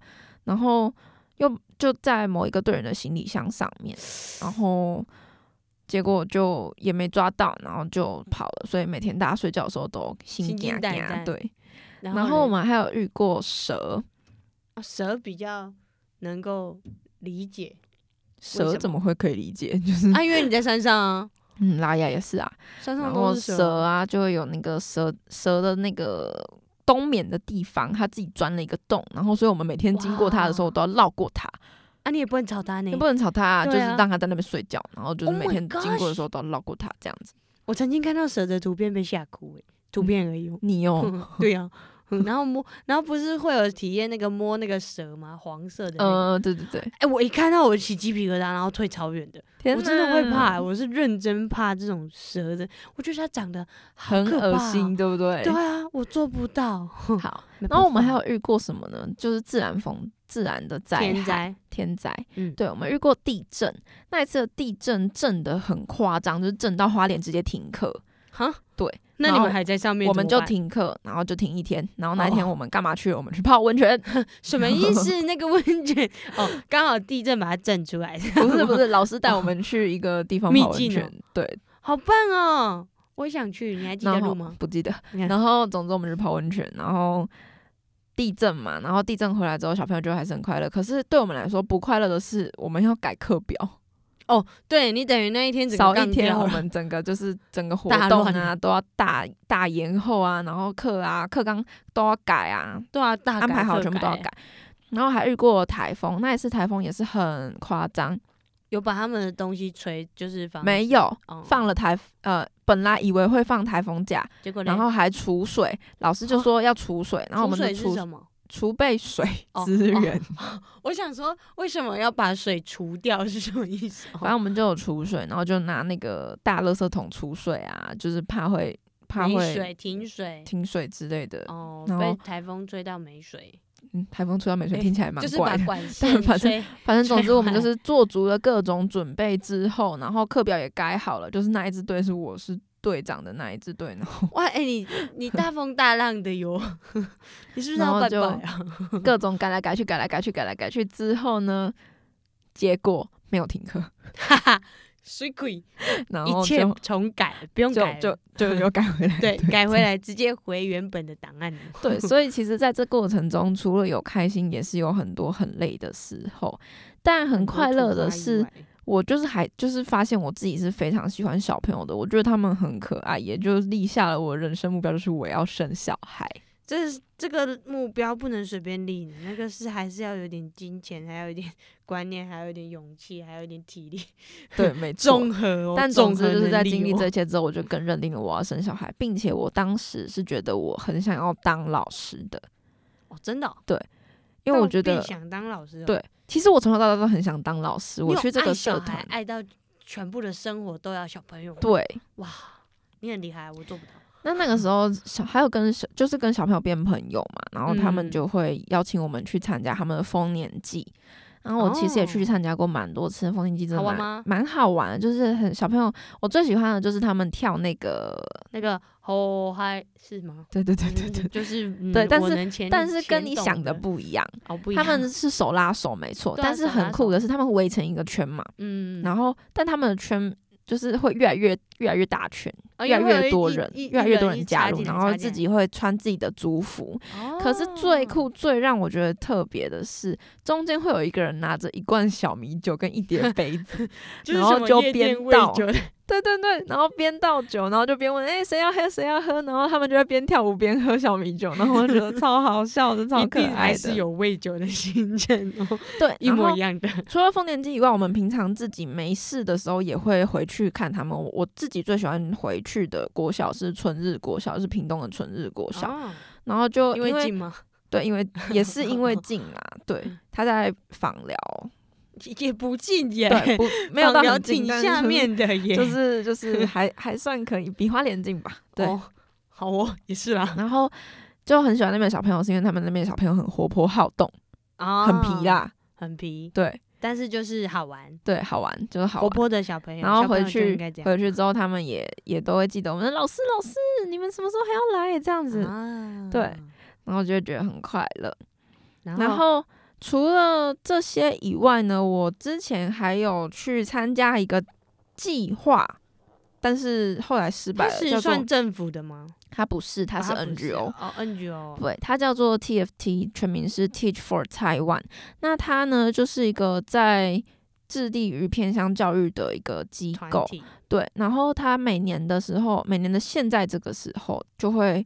Speaker 1: 然后又就在某一个队员的行李箱上面，然后结果就也没抓到，然后就跑了，所以每天大家睡觉的时候都心
Speaker 2: 嗯心惊
Speaker 1: 惊
Speaker 2: 胆
Speaker 1: 惊，
Speaker 2: 战
Speaker 1: 对。
Speaker 2: 然
Speaker 1: 然后我
Speaker 2: 嘞、
Speaker 1: 们还有遇过蛇，
Speaker 2: 啊蛇比较能够理解为什
Speaker 1: 蛇
Speaker 2: 么
Speaker 1: 怎么会可以理解？ 就是
Speaker 2: 啊，因为你在山上啊，
Speaker 1: 嗯，拉雅也是啊，
Speaker 2: 山上
Speaker 1: 然
Speaker 2: 都
Speaker 1: 后
Speaker 2: 是
Speaker 1: 蛇啊，就会有那个蛇蛇的那个冬眠的地方，它自己钻了一个洞，然后所以我们每天经过它的时候
Speaker 2: 哇
Speaker 1: 都要绕过它，
Speaker 2: 啊，你也不能吵它呢
Speaker 1: 你。不能吵它、
Speaker 2: 对
Speaker 1: 就是
Speaker 2: 啊
Speaker 1: 让它在那边睡觉，然后就是
Speaker 2: Oh
Speaker 1: 每
Speaker 2: my
Speaker 1: 天经过的时候都要绕过它这样子。
Speaker 2: 欸我曾经看到蛇的图片被吓哭诶、图片而已哦。
Speaker 1: 你哦，
Speaker 2: 对呀、嗯然后摸，然后不是会有体验那个摸那个蛇吗？黄色的、那个。
Speaker 1: 呃，对对对，
Speaker 2: 哎、我一看到我起鸡皮疙瘩，然后退超远的，
Speaker 1: 天
Speaker 2: 我真的会
Speaker 1: 哪
Speaker 2: 怕、我是认真怕这种蛇的。我觉得它长得好
Speaker 1: 很
Speaker 2: 可
Speaker 1: 恶
Speaker 2: 怕
Speaker 1: 心，
Speaker 2: 哦。
Speaker 1: 对不对？
Speaker 2: 对啊， 我做不到。
Speaker 1: 好，
Speaker 2: 没
Speaker 1: 然后我们
Speaker 2: 办
Speaker 1: 还
Speaker 2: 法
Speaker 1: 有遇过什么呢？就是自然风、自然的灾
Speaker 2: 天
Speaker 1: 害
Speaker 2: 灾，
Speaker 1: 天灾，
Speaker 2: 嗯
Speaker 1: 对，我们遇过地震，那一次的地震震得很夸张，就是震到花莲直接停课，
Speaker 2: 哈，
Speaker 1: 对，
Speaker 2: 那
Speaker 1: 然
Speaker 2: 你
Speaker 1: 后
Speaker 2: 们还在上面
Speaker 1: 我
Speaker 2: 怎么办，
Speaker 1: 们就停课，然后就停一天，然后那一天
Speaker 2: 哦
Speaker 1: 我们干嘛去了？我们去泡温泉，
Speaker 2: 什么意思？那个温泉哦，刚好地震把它震出来，
Speaker 1: 不是不是，老师带我们去一个地方
Speaker 2: 秘
Speaker 1: 泡温
Speaker 2: 境哦
Speaker 1: 泉，对，
Speaker 2: 好棒哦！我也想去，你还记得
Speaker 1: 然
Speaker 2: 路
Speaker 1: 后
Speaker 2: 吗？
Speaker 1: 不记得，
Speaker 2: 你看
Speaker 1: 然后总之我们就泡温泉，然后地震嘛，然后地震回来之后，小朋友就还是很快乐。可是对我们来说不快乐的是，我们要改课表，
Speaker 2: 对你等于那一天 整个
Speaker 1: 少一
Speaker 2: 杠
Speaker 1: 天
Speaker 2: 掉
Speaker 1: 我
Speaker 2: 了
Speaker 1: 们整个 就是整个活
Speaker 2: 大
Speaker 1: 动啊
Speaker 2: 乱
Speaker 1: 都要大大延后啊，然后课啊课纲都要改啊，
Speaker 2: 对啊，大
Speaker 1: 安排好全部都要
Speaker 2: 改特
Speaker 1: 改。然后还遇过台风，那一次台风也是很夸张，
Speaker 2: 有把他们的东西吹，就是防
Speaker 1: 没有
Speaker 2: 哦
Speaker 1: 放了台呃，本来以为会放台风假，
Speaker 2: 结果嘞，
Speaker 1: 然后还储水，老师就
Speaker 2: 啊
Speaker 1: 说要储水，然后我们
Speaker 2: 储
Speaker 1: 就
Speaker 2: 水是
Speaker 1: 储
Speaker 2: 什么？
Speaker 1: 储备水
Speaker 2: 哦
Speaker 1: 资
Speaker 2: 哦
Speaker 1: 源，
Speaker 2: 我想说，为什么要把水除掉是什么意思？哦
Speaker 1: 反正我们就有储水，然后就拿那个大垃圾桶储水啊，就是怕会怕
Speaker 2: 没
Speaker 1: 会
Speaker 2: 水停水
Speaker 1: 停水之类的。
Speaker 2: 哦，
Speaker 1: 然
Speaker 2: 被
Speaker 1: 后
Speaker 2: 台风追到没水，
Speaker 1: 嗯，台风吹到没水，
Speaker 2: 哎
Speaker 1: 听起来蛮
Speaker 2: 就是
Speaker 1: 怪
Speaker 2: 把
Speaker 1: 的。
Speaker 2: 管线
Speaker 1: 反正
Speaker 2: 吹
Speaker 1: 反正总之，我们就
Speaker 2: 吹
Speaker 1: 是做足了各种准备之后，然后课表也改好了，就是那一支队是我是队长的那一支队，然 后
Speaker 2: 哇！哎，你你大风大浪的哟，你是不是
Speaker 1: 然
Speaker 2: 要
Speaker 1: 后
Speaker 2: 拜
Speaker 1: 就
Speaker 2: 拜啊？
Speaker 1: 各种改来改去，改来改去，改来改去之后呢，结果没有停课，
Speaker 2: 哈哈，水鬼，
Speaker 1: 然后
Speaker 2: 一
Speaker 1: 就
Speaker 2: 切重改，不用
Speaker 1: 就
Speaker 2: 改了
Speaker 1: 就就又改回来，
Speaker 2: 对，改回来直接回原本的档案。哦
Speaker 1: 对，所以其实在这过程中，除了有开心，也是有很多很累的时候。但很
Speaker 2: 多
Speaker 1: 快乐
Speaker 2: 突
Speaker 1: 的
Speaker 2: 发意
Speaker 1: 是
Speaker 2: 外，，
Speaker 1: 我就是还就是发现我自己是非常喜欢小朋友的，我觉得他们很可爱，也就立下了我人生目标，就是我要生小孩。
Speaker 2: 这是这个目标不能随便立，那个是还是要有点金钱，还要有点观念，还要有点勇气，还要有点体力，
Speaker 1: 对，没错。
Speaker 2: 综合哦。
Speaker 1: 但总
Speaker 2: 综合
Speaker 1: 之就是在
Speaker 2: 能力
Speaker 1: 经历
Speaker 2: 哦
Speaker 1: 这些之后，我就更认定了我要生小孩，并且我当时是觉得我很想要当老师的，
Speaker 2: 哦，真的哦、
Speaker 1: 因为我
Speaker 2: 到
Speaker 1: 觉
Speaker 2: 变
Speaker 1: 得
Speaker 2: 想当老师、哦，
Speaker 1: 对，其实我从小到大都很想当老师，
Speaker 2: 你
Speaker 1: 我
Speaker 2: 有
Speaker 1: 去这
Speaker 2: 爱
Speaker 1: 个
Speaker 2: 小
Speaker 1: 社
Speaker 2: 孩
Speaker 1: 团，
Speaker 2: 爱到全部的生活都要小朋友，，
Speaker 1: 对，
Speaker 2: 哇，你很厉害，我做不到。
Speaker 1: 那那个时候小还有跟小就是跟小朋友变朋友嘛，然后他们
Speaker 2: 嗯
Speaker 1: 就会邀请我们去参加他们的丰年祭。然后我其实也去
Speaker 2: 哦
Speaker 1: 参加过蛮多次的丰年祭，真的
Speaker 2: 好玩
Speaker 1: 蛮
Speaker 2: 吗
Speaker 1: 蛮好玩的，就是很小朋友。我最喜欢的就是他们跳那个，
Speaker 2: 那个吼嗨是吗？
Speaker 1: 对对 对对
Speaker 2: 嗯
Speaker 1: 对。
Speaker 2: 就是、嗯、
Speaker 1: 对但
Speaker 2: 我
Speaker 1: 是
Speaker 2: 能前
Speaker 1: 但是跟
Speaker 2: 前
Speaker 1: 你
Speaker 2: 懂
Speaker 1: 想的
Speaker 2: 的
Speaker 1: 不一样，
Speaker 2: 哦不一
Speaker 1: 他
Speaker 2: 样，
Speaker 1: 们是手拉手没错，
Speaker 2: 对啊
Speaker 1: 但是
Speaker 2: 手拉
Speaker 1: 很酷
Speaker 2: 手
Speaker 1: 的是他们围成一个圈嘛，
Speaker 2: 嗯，
Speaker 1: 然后但他们的圈就是会越来越越来越大圈，
Speaker 2: 哦
Speaker 1: 越来
Speaker 2: 因为有
Speaker 1: 越
Speaker 2: 一
Speaker 1: 多
Speaker 2: 一
Speaker 1: 人，
Speaker 2: 一
Speaker 1: 越来
Speaker 2: 一
Speaker 1: 越多
Speaker 2: 人
Speaker 1: 人
Speaker 2: 一
Speaker 1: 加
Speaker 2: 插
Speaker 1: 入，
Speaker 2: 进来
Speaker 1: 然后
Speaker 2: 插进哦
Speaker 1: 自
Speaker 2: 来
Speaker 1: 己会穿自己的族服，可是最酷、最让我觉得特别的是，中间会有一个人拿着一罐小米酒跟一叠杯 子，
Speaker 2: 就是
Speaker 1: 然后
Speaker 2: 什么
Speaker 1: 就
Speaker 2: 夜
Speaker 1: 边
Speaker 2: 店喂
Speaker 1: 倒
Speaker 2: 酒的
Speaker 1: 对对对，然后边倒酒，然后就边问，哎、谁要喝，谁要喝，然后他们就会边跳舞边喝小米酒，然后我就觉得超好笑的，超
Speaker 2: 一
Speaker 1: 可
Speaker 2: 定
Speaker 1: 爱
Speaker 2: 还是
Speaker 1: 的，
Speaker 2: 有喂酒的 心情哦，
Speaker 1: 对，
Speaker 2: 一
Speaker 1: 然
Speaker 2: 模
Speaker 1: 后
Speaker 2: 一样的。
Speaker 1: 除了丰年祭以外，我们平常自己没事的时候也会回去看他们。我我自己最喜欢回去的国小是春日国小，是屏东的春日国小，
Speaker 2: 哦
Speaker 1: 然后就因
Speaker 2: 因为
Speaker 1: 为
Speaker 2: 近吗？
Speaker 1: 对，因为也是因为近啊， 对，他在访疗。
Speaker 2: 也不近耶，
Speaker 1: 对， 不没有到
Speaker 2: 聊
Speaker 1: 很近，但是
Speaker 2: 下面的耶，
Speaker 1: 就是就是 还还算可以，比花莲近吧。对，
Speaker 2: 哦，好哦，也是啦，
Speaker 1: 然后就很喜欢那边的小朋友，是因为他们那边的小朋友很活泼好动，
Speaker 2: 啊
Speaker 1: 很皮，啦，
Speaker 2: 很皮，
Speaker 1: 对
Speaker 2: 但是就是好玩，
Speaker 1: 对，好玩就是好
Speaker 2: 活
Speaker 1: 玩。
Speaker 2: 泼的小朋友，
Speaker 1: 然后
Speaker 2: 小朋
Speaker 1: 回
Speaker 2: 友就
Speaker 1: 去
Speaker 2: 应该这样
Speaker 1: 回去之后，他们也也都会记得我们老师老师，你们什么时候还要来这样子，
Speaker 2: 啊，
Speaker 1: 对，然后就会觉得很快乐。然
Speaker 2: 然后
Speaker 1: 后除了这些以外呢，我之前还有去参加一个计划，但是后来失败
Speaker 2: 它
Speaker 1: 了，叫
Speaker 2: 是
Speaker 1: 做
Speaker 2: 算政府的吗？
Speaker 1: 它不是，它
Speaker 2: 啊
Speaker 1: 是
Speaker 2: 不
Speaker 1: NGO，、
Speaker 2: 哦哦，NGO，
Speaker 1: 对，它叫做 TFT，全名是 Teach for Taiwan。那它呢，就是一个在致力于偏乡教育的一个机
Speaker 2: 团
Speaker 1: 构。
Speaker 2: 体
Speaker 1: 对，然后它每年的时候，每年的现在这个时候就会。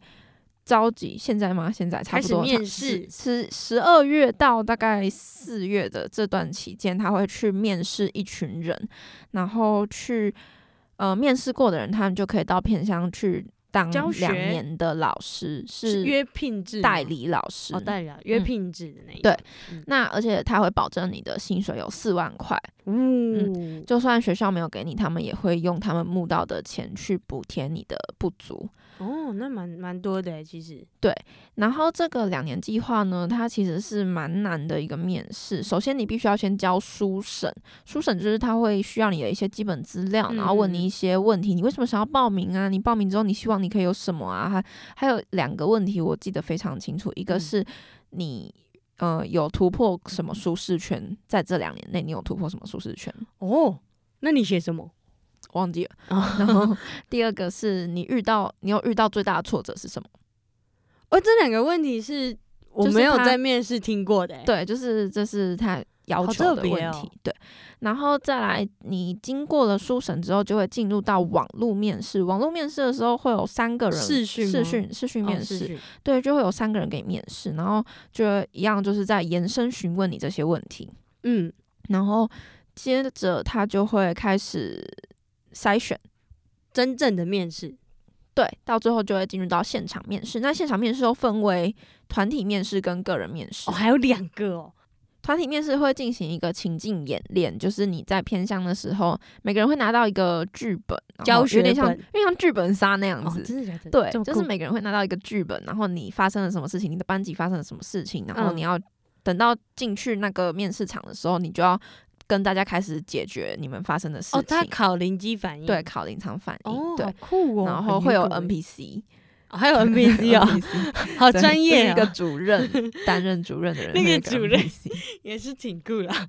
Speaker 1: 召集现在吗？现在差
Speaker 2: 开
Speaker 1: 不
Speaker 2: 始
Speaker 1: 多差
Speaker 2: 面
Speaker 1: 十
Speaker 2: 试
Speaker 1: 十十二月到大概四月的这段期间，他会去面试一群人，然后去呃面试过的人，他们就可以到偏乡去当
Speaker 2: 教
Speaker 1: 两
Speaker 2: 学
Speaker 1: 年的老师，
Speaker 2: 是
Speaker 1: 是
Speaker 2: 约聘制吗
Speaker 1: 代理老师。
Speaker 2: 哦，代理啊，约
Speaker 1: 嗯
Speaker 2: 聘制的那一
Speaker 1: 对
Speaker 2: 种，哦
Speaker 1: 那而且他会保证你的薪水有四万块，
Speaker 2: 嗯，
Speaker 1: 就算学校没有给你，他们也会用他们募到的钱去补贴你的不足。
Speaker 2: 哦，那蛮蛮多的欸其实，
Speaker 1: 然后这个两年计划呢，它其实是蛮难的一个面试。首先，你必须要先交书审，书审就是他会需要你的一些基本资料，
Speaker 2: 嗯
Speaker 1: 然后问你一些问题，你为什么想要报名啊？你报名之后，你希望你可以有什么啊？还还有两个问题我记得非常清楚，一个
Speaker 2: 嗯
Speaker 1: 是你。呃，有突破什么舒适圈？在这两年内，你有突破什么舒适圈？
Speaker 2: 哦，那你写什么？
Speaker 1: 忘记了。
Speaker 2: 哦
Speaker 1: 然 后第二个是你遇到，你有遇到最大的挫折是什么？
Speaker 2: 哦，这两个问题是我
Speaker 1: 就是
Speaker 2: 没有
Speaker 1: 他
Speaker 2: 在面试听过的欸，
Speaker 1: 对，就是这是他要
Speaker 2: 好
Speaker 1: 求
Speaker 2: 特
Speaker 1: 的
Speaker 2: 别
Speaker 1: 问
Speaker 2: 哦
Speaker 1: 题。对，然后再来，你经过了书审之后，就会进入到网络面试。网络面试的时候会有三个人
Speaker 2: 视讯
Speaker 1: 视
Speaker 2: 吗
Speaker 1: 讯、视讯
Speaker 2: 哦，
Speaker 1: 面
Speaker 2: 是
Speaker 1: 试，
Speaker 2: 是
Speaker 1: 对，就会有三个人给你面试，然后就一样就是在延伸询问你这些问题，
Speaker 2: 嗯，
Speaker 1: 然后接着他就会开始筛选。
Speaker 2: 真正的面试，
Speaker 1: 对，到最后就会进入到现场面试。那现场面试又分为团体面试跟个人面试。
Speaker 2: 哦，还有两个哦，
Speaker 1: 团体面试会进行一个情境演练，就是你在偏乡的时候，每个人会拿到一个剧本，然后
Speaker 2: 教学
Speaker 1: 有点像，
Speaker 2: 本
Speaker 1: 有点像剧本杀那样
Speaker 2: 哦，
Speaker 1: 子。
Speaker 2: 真的假的？
Speaker 1: 对
Speaker 2: 这，么
Speaker 1: 就是
Speaker 2: 酷
Speaker 1: 每个人会拿到一个剧本，然后你发生了什么事情，你的班级发生了什么事情，然后
Speaker 2: 嗯
Speaker 1: 你要等到进去那个面试场的时候，你就要跟大家开始解决你们发生的事情。
Speaker 2: 哦，他考临机反应，
Speaker 1: 对，考临场反应，
Speaker 2: 哦，好
Speaker 1: 对，
Speaker 2: 酷哦，
Speaker 1: 然
Speaker 2: 很
Speaker 1: 后会有
Speaker 2: 酷欸
Speaker 1: NPC，
Speaker 2: 哦还有 NPC 哦，
Speaker 1: NPC
Speaker 2: 好
Speaker 1: 对
Speaker 2: 专
Speaker 1: 就是
Speaker 2: 业
Speaker 1: 一个
Speaker 2: 哦，
Speaker 1: 主任担任主任的人，
Speaker 2: 那
Speaker 1: 会有
Speaker 2: 个
Speaker 1: 一个
Speaker 2: 主任
Speaker 1: NPC
Speaker 2: 也是挺酷啦。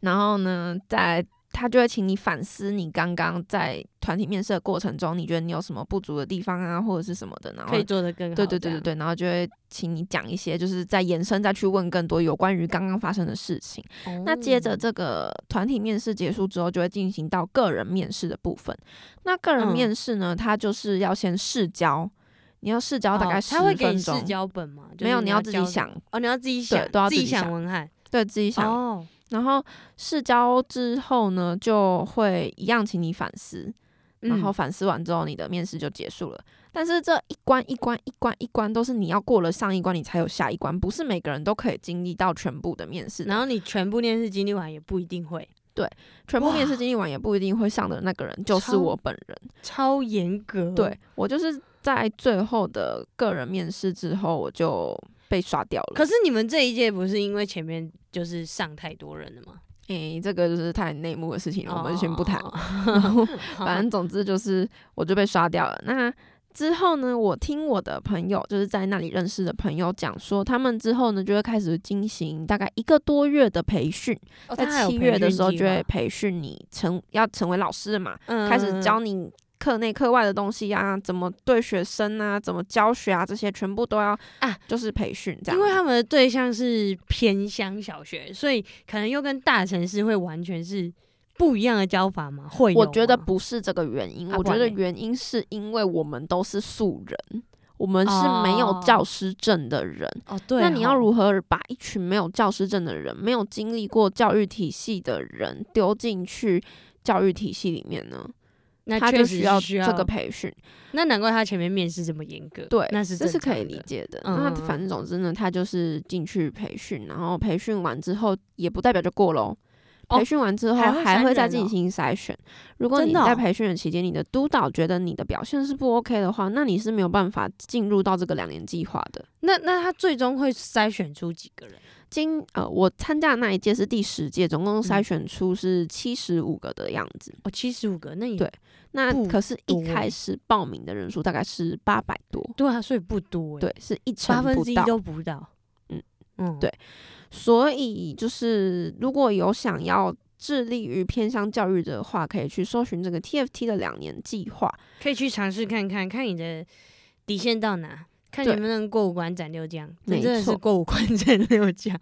Speaker 1: 然后呢，在他就会请你反思你刚刚在团体面试的过程中，你觉得你有什么不足的地方啊，或者是什么的，然后
Speaker 2: 可以做得更好。
Speaker 1: 对对对对对，然后就会请你讲一些，就是再延伸再去问更多有关于刚刚发生的事情。
Speaker 2: 这样。
Speaker 1: 那接着
Speaker 2: 哦
Speaker 1: 这个团体面试结束之后，就会进行到个人面试的部分。那个人
Speaker 2: 嗯
Speaker 1: 面试呢，它就是要先试教，你要试教大概
Speaker 2: 哦
Speaker 1: 十
Speaker 2: 他会给
Speaker 1: 分
Speaker 2: 你
Speaker 1: 钟
Speaker 2: 试，脚本吗？就是
Speaker 1: 没有，
Speaker 2: 你
Speaker 1: 你要自己
Speaker 2: 教
Speaker 1: 想，
Speaker 2: 哦，你要自己想，
Speaker 1: 都要
Speaker 2: 自
Speaker 1: 自
Speaker 2: 己
Speaker 1: 己
Speaker 2: 想
Speaker 1: 想
Speaker 2: 文案。
Speaker 1: 对自己想
Speaker 2: 哦，
Speaker 1: 然后试交之后呢，就会一样请你反思，然后
Speaker 2: 嗯
Speaker 1: 反思完之后，你的面试就结束了。但是这一关一关一关一关都是你要过了上一关，你才有下一关，不是每个人都可以经历到全部的面试。
Speaker 2: 嗯然后你全部面试经历完也不一定会，
Speaker 1: 全部面试
Speaker 2: 哇
Speaker 1: 经历完也不一定会上的那个人就是
Speaker 2: 超嗯
Speaker 1: 我本人。
Speaker 2: 超严格。
Speaker 1: 对，我就是在最后的个人面试之后，我就被刷掉了。
Speaker 2: 可是你们这一届不是因为前面就是上太多人了吗？
Speaker 1: 诶、这个就是太内幕的事情了，我们先不谈。
Speaker 2: 哦。
Speaker 1: 然后反正总之就是我就被刷掉了。那之后呢，我听我的朋友，就是在那里认识的朋友讲说，他们之后呢就会开始进行大概一个多月的培训，
Speaker 2: 哦他还
Speaker 1: 在
Speaker 2: 有
Speaker 1: 七
Speaker 2: 培
Speaker 1: 月的
Speaker 2: 训
Speaker 1: 时候
Speaker 2: 计
Speaker 1: 就会
Speaker 2: 划
Speaker 1: 培训你成要成为老师了嘛，
Speaker 2: 嗯
Speaker 1: 开始教你。课内课外的东西啊，怎么对学生啊，怎么教学啊，这些全部都要
Speaker 2: 啊，
Speaker 1: 就是培训这样。
Speaker 2: 因为他们的对象是偏乡小学，所以可能又跟大城市会完全是不一样的教法吗？会有吗，
Speaker 1: 我觉得不是这个原因，我
Speaker 2: 啊不
Speaker 1: 觉
Speaker 2: 然
Speaker 1: 得
Speaker 2: 嘞
Speaker 1: 原因是因为我们都是素人，我们是没有教
Speaker 2: 哦
Speaker 1: 师证的人。
Speaker 2: 哦，对。
Speaker 1: 那你要如？何把一群没有教师证的人、没有经历过教育体系的人丢进去教育体系里面呢？
Speaker 2: 那
Speaker 1: 他
Speaker 2: 确
Speaker 1: 就
Speaker 2: 实
Speaker 1: 需
Speaker 2: 是
Speaker 1: 要
Speaker 2: 需
Speaker 1: 这个培训，
Speaker 2: 那难怪他前面面试这么严格。
Speaker 1: 对，
Speaker 2: 那是
Speaker 1: 这是
Speaker 2: 正
Speaker 1: 可
Speaker 2: 常
Speaker 1: 以
Speaker 2: 的
Speaker 1: 理解的。
Speaker 2: 嗯
Speaker 1: 那
Speaker 2: 嗯
Speaker 1: 反正总之呢，他就是进去培训，然后培训完之后也不代表就过喽。
Speaker 2: 哦
Speaker 1: 培训完之后
Speaker 2: 还会
Speaker 1: 还
Speaker 2: 筛
Speaker 1: 会再
Speaker 2: 人
Speaker 1: 进
Speaker 2: 哦
Speaker 1: 行筛选。如果
Speaker 2: 真
Speaker 1: 你
Speaker 2: 的
Speaker 1: 在
Speaker 2: 哦
Speaker 1: 培训的期间，你的督导觉得你的表现是不 OK 的话，那你是没有办法进入到这个两年计划的。
Speaker 2: 那那他最终会筛选出几个人？
Speaker 1: 今呃，我参加的那一届是第十届，总共筛
Speaker 2: 嗯
Speaker 1: 选出是七十五个的样子。
Speaker 2: 哦，七十五个，那也
Speaker 1: 对那
Speaker 2: 不
Speaker 1: 可是，一
Speaker 2: 多欸
Speaker 1: 开始报名的人数大概是八百多，
Speaker 2: 对啊，所以不多欸
Speaker 1: 对，是一
Speaker 2: 八
Speaker 1: 成
Speaker 2: 分
Speaker 1: 不
Speaker 2: 之一
Speaker 1: 到。
Speaker 2: 都不到。
Speaker 1: 嗯
Speaker 2: 嗯，
Speaker 1: 对所以就是，如果有想要致力于偏向教育的话，可以去搜寻这个 TFT 的两年计划。
Speaker 2: 可以去尝试看看，看你的底线到哪，看你
Speaker 1: 对
Speaker 2: 能不能过五关斩六将。这
Speaker 1: 没
Speaker 2: 真的是
Speaker 1: 错
Speaker 2: 过五关 斩六将。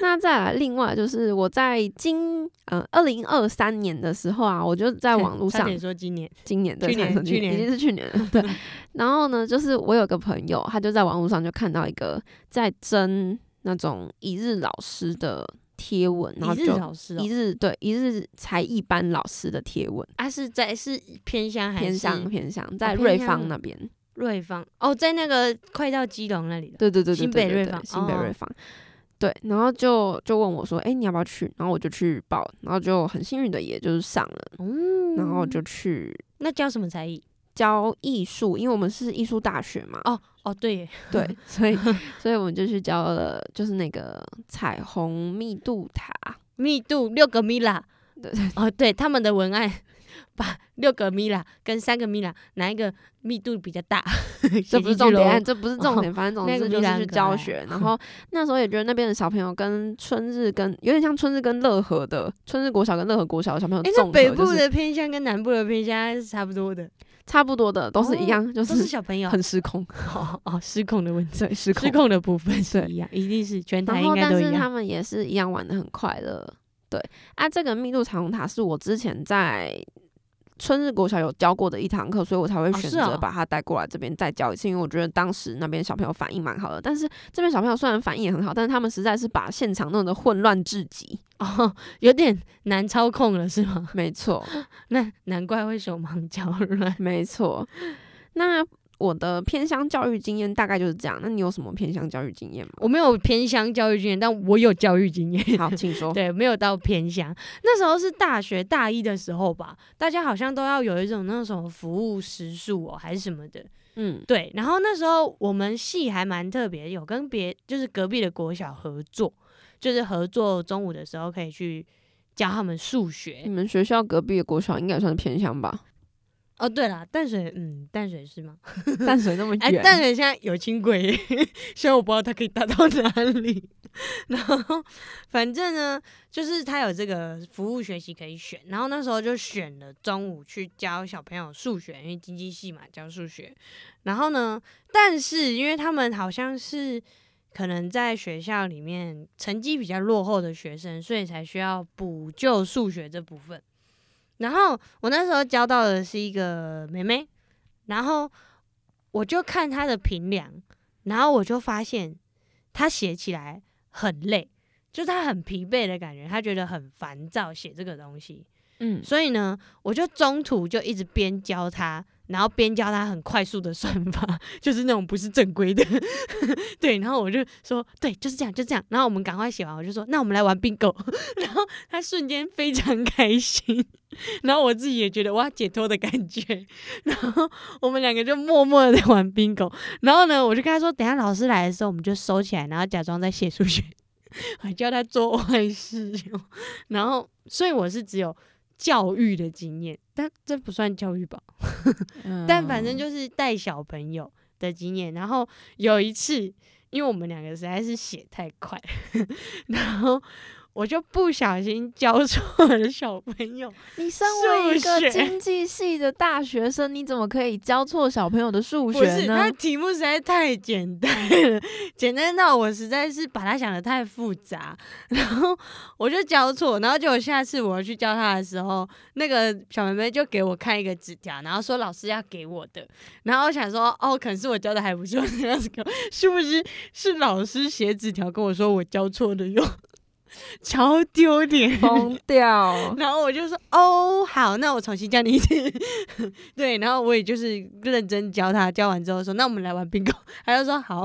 Speaker 1: 那再来，另外就是我在今呃二零二三年的时候啊，我就在网络
Speaker 2: 差
Speaker 1: 上
Speaker 2: 点说今年
Speaker 1: 今年对，
Speaker 2: 去年
Speaker 1: 差不多
Speaker 2: 去年
Speaker 1: 已经是去年 了。对，然后呢，就是我有个朋友，他就在网络上就看到一个在争那种一日老师的贴文，然后
Speaker 2: 一日
Speaker 1: 就
Speaker 2: 老师哦
Speaker 1: 一，日对一日才艺班老师的贴文，
Speaker 2: 啊是在是偏乡还是
Speaker 1: 偏向偏向在
Speaker 2: 哎哦偏
Speaker 1: 瑞
Speaker 2: 向
Speaker 1: 芳
Speaker 2: 那
Speaker 1: 那边，
Speaker 2: 瑞芳？哦，在那个快到基隆那里的，
Speaker 1: 对对对对
Speaker 2: 新
Speaker 1: 对
Speaker 2: 北
Speaker 1: 对
Speaker 2: 瑞
Speaker 1: 对
Speaker 2: 芳
Speaker 1: 新北
Speaker 2: 哦
Speaker 1: 瑞芳。对，然后就就问我说：“哎、你要不要去？”然后我就去报，然后就很幸运的，也就是上了，
Speaker 2: 嗯
Speaker 1: 然后就去
Speaker 2: 那教什么才艺？
Speaker 1: 教艺术，因为我们是艺术大学嘛，
Speaker 2: 哦哦，对耶，
Speaker 1: 对，所以所以我们就去教了，就是那个彩虹密度塔，
Speaker 2: 密度六个米拉，
Speaker 1: 对
Speaker 2: 哦，对，他们的文案把六个米拉跟三个米拉哪一个密度比较大？
Speaker 1: 这
Speaker 2: 写
Speaker 1: 不是
Speaker 2: 进去
Speaker 1: 重
Speaker 2: 咯
Speaker 1: 点，这啊不是重点，反正哦
Speaker 2: 那
Speaker 1: 总
Speaker 2: 个
Speaker 1: 之就
Speaker 2: 米
Speaker 1: 是
Speaker 2: 兰
Speaker 1: 去
Speaker 2: 可
Speaker 1: 教
Speaker 2: 爱
Speaker 1: 学。然 后那时候也觉得那边的小朋友跟春日跟有点像春日跟乐和的春日国小跟乐和国小的小朋友
Speaker 2: 哎、
Speaker 1: 综
Speaker 2: 那
Speaker 1: 合，
Speaker 2: 北部
Speaker 1: 就是
Speaker 2: 的偏向跟南部的偏向是差不多的，
Speaker 1: 差不多的都是一
Speaker 2: 哦
Speaker 1: 样，就
Speaker 2: 都是小朋友。
Speaker 1: 很失控，
Speaker 2: 哦哦，失控的问题，
Speaker 1: 对，失控
Speaker 2: 失。控的部分是
Speaker 1: 对
Speaker 2: 一样，一定是全台
Speaker 1: 然
Speaker 2: 应
Speaker 1: 后，
Speaker 2: 该
Speaker 1: 但
Speaker 2: 都一
Speaker 1: 是他
Speaker 2: 样。
Speaker 1: 们也是一样玩的很快乐。对啊，这个密度彩虹塔是我之前在春日国小有教过的一堂课，所以我才会
Speaker 2: 哦
Speaker 1: 选
Speaker 2: 是
Speaker 1: 择
Speaker 2: 哦
Speaker 1: 把它带过来这边再教一次，因为我觉得当时那边小朋友反应蛮好的。但是这边小朋友虽然反应也很好，但是他们实在是把现场弄得混乱至极。
Speaker 2: 哦，有点难操控了是吗？
Speaker 1: 没错，
Speaker 2: 那难怪会手忙脚乱。
Speaker 1: 没错。那我的偏乡教育经验大概就是这样。那你有什么偏乡教育经验吗？
Speaker 2: 我没有偏乡教育经验，但我有教育经验。
Speaker 1: 好，请说。
Speaker 2: 对，没有到偏乡。那时候是大学大一的时候吧，大家好像都要有一种那种什么服务时数哦，还是什么的。
Speaker 1: 嗯
Speaker 2: 对，然后那时候我们系还蛮特别，有跟别就是隔壁的国小合作，就是合作中午的时候可以去教他们数
Speaker 1: 你
Speaker 2: 学。
Speaker 1: 们学校隔壁的国小应该也算是偏乡 吧？
Speaker 2: 哦，对了，淡水，嗯，淡水是吗？
Speaker 1: 淡水那么
Speaker 2: 哎，
Speaker 1: 远，
Speaker 2: 淡水现在有轻轨 耶，虽然我不知道它可以搭到哪里。 然后反正呢，就是它有这个服务学习可以选，然后那时候就选了中午去教小朋友数学，因为经济系嘛教数学。然后呢，但是因为他们好像是。可能在学校里面成绩比较落后的学生，所以才需要补救数学这部分。然后我那时候教到的是一个妹妹，然后我就看他的评量，然后我就发现他写起来很累，就是他很疲惫的感觉，他觉得很烦躁写这个东西。
Speaker 1: 嗯，
Speaker 2: 所以呢，我就中途就一直边教他，然后边教他很快速的算法， 就是那种不是正规的。 对，然后我就说，对，就是这样，就这样。然后我们赶快写完，我就说，那我们来玩 bingo。然 后他瞬间非常开心，然后我自己也觉得哇，解脱的感觉。然后我们两个就默默的玩 bingo。然后呢，我就跟他说，等一下老师来的时候，我们就收起来，然后假装在写数学。 我还叫他做坏事哦，然后，所以我是只有教育的经验，但这不算教育吧？
Speaker 3: 嗯
Speaker 1: 嗯
Speaker 2: 但反正就是带小朋友的经验。然后有一次，因为我们两个实在是写太快， 然后我就不小心教错了小朋友。
Speaker 3: 你身为一
Speaker 2: 数学
Speaker 3: 个经济系的大学生，你怎么可以教错小朋友的数
Speaker 2: 不
Speaker 3: 学
Speaker 2: 是，
Speaker 3: 呢
Speaker 2: 他？题目实在太简单了，简单到我实在是把它想的太复杂，然后我就教错，然后结果下次我去教他的时候，那个小妹妹就给我看一个纸条，然后说老师要给我的，然后我想说哦，可能是我教的还不错，这样子 给我是不是是老师写纸条跟我说我教错了哟， 超丢脸。
Speaker 3: 疯掉！
Speaker 2: 然后我就说哦，好，那我重新教你一次。 对，然后我也就是认真教他，教完之后说，那我们来玩 bingo，他 就说好，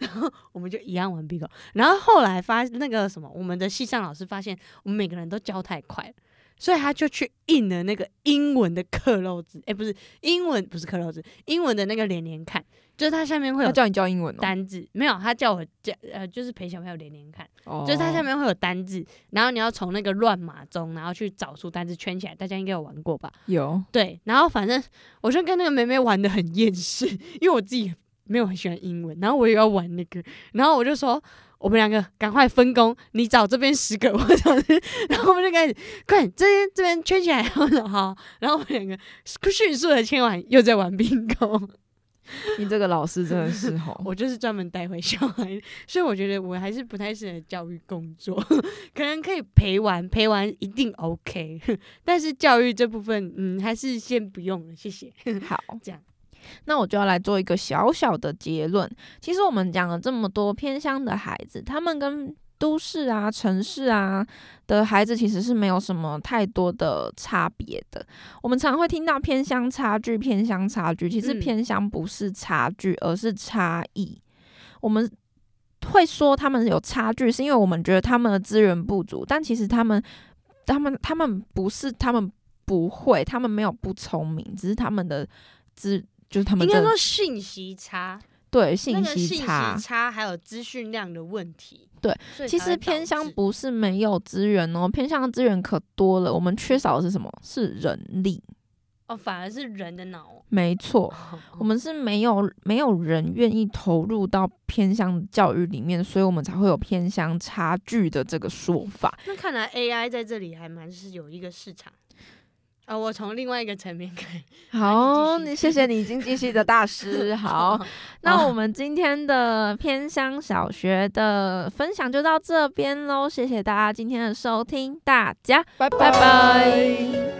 Speaker 2: 然后我们就一样玩 bingo。然后后来发那个什么，我们的系上老师发现我们每个人都教太快了。所以他就去印了那个英文的克漏字，哎、不是英文，不是克漏字，英文的那个连连看，就是它下面会有
Speaker 3: 他叫你教英文
Speaker 2: 单字，没有，他叫我叫呃，就是陪小朋友连连看。
Speaker 1: 哦
Speaker 2: 就是它下面会有单字，然后你要从那个乱码中，然后去找出单字圈起来。大家应该有玩过吧？
Speaker 3: 有
Speaker 2: 对，然后反正我就跟那个妹妹玩的很厌世，因为我自己没有很喜欢英文，然后我也要玩那个，然后我就说我们两个赶快分工，你找这边十个， 我找这边，然后我们就开始快点这边这边圈起来，然后我说好，然后我们两个 迅速的签完，又在玩 bingo。
Speaker 3: 你这个老师真的是哦吼
Speaker 2: 我就是专门带回小孩， 所以我觉得我还是不太适合教育工作， 可能可以陪玩，陪玩一定 OK，但 是教育这部分，嗯，还是先不用了，谢谢。
Speaker 3: 好，
Speaker 2: 这样。
Speaker 3: 那我就要来做一个小小的结论。其实我们讲了这么多偏乡的孩子，他们跟
Speaker 1: 都市啊、城市啊的孩子其实是没有什么太多的差别的。我们常会听到偏乡差距、偏乡差距，其实
Speaker 2: 嗯
Speaker 1: 偏乡不是差距，而是差异。我们会说他们有差距，是因为我们觉得他们的资源不足，但其实他们、他们、他们不是他们不会，他们没有不聪明，只是他们的资就是他们
Speaker 2: 应该
Speaker 1: 真的
Speaker 2: 说讯息差，
Speaker 1: 对
Speaker 2: 那
Speaker 1: 信
Speaker 2: 个
Speaker 1: 息
Speaker 2: 信
Speaker 1: 差
Speaker 2: 息。差还有资讯量的问题。
Speaker 1: 对
Speaker 2: 所以
Speaker 1: 其
Speaker 2: 才会
Speaker 1: 实
Speaker 2: 导
Speaker 1: 偏乡
Speaker 2: 致
Speaker 1: 不是没有资源哦，偏乡资源可多了。我们缺少的是什么？是人力，
Speaker 2: 哦，反而是人的脑。哦
Speaker 1: 没错。我们是没有没有人愿意投入到偏乡教育里面，所以我们才会有偏乡差距的这个说法。
Speaker 2: 那看来 AI 在这里还蛮是有一个市场。啊、我从另外一个层面看，
Speaker 1: 好，
Speaker 2: 你
Speaker 1: 你
Speaker 2: 继续
Speaker 1: 谢谢你经济系的大师。好，那我们今天的偏乡小学的分享就到这边喽，谢谢大家今天的收听，大家
Speaker 4: 拜
Speaker 1: 拜拜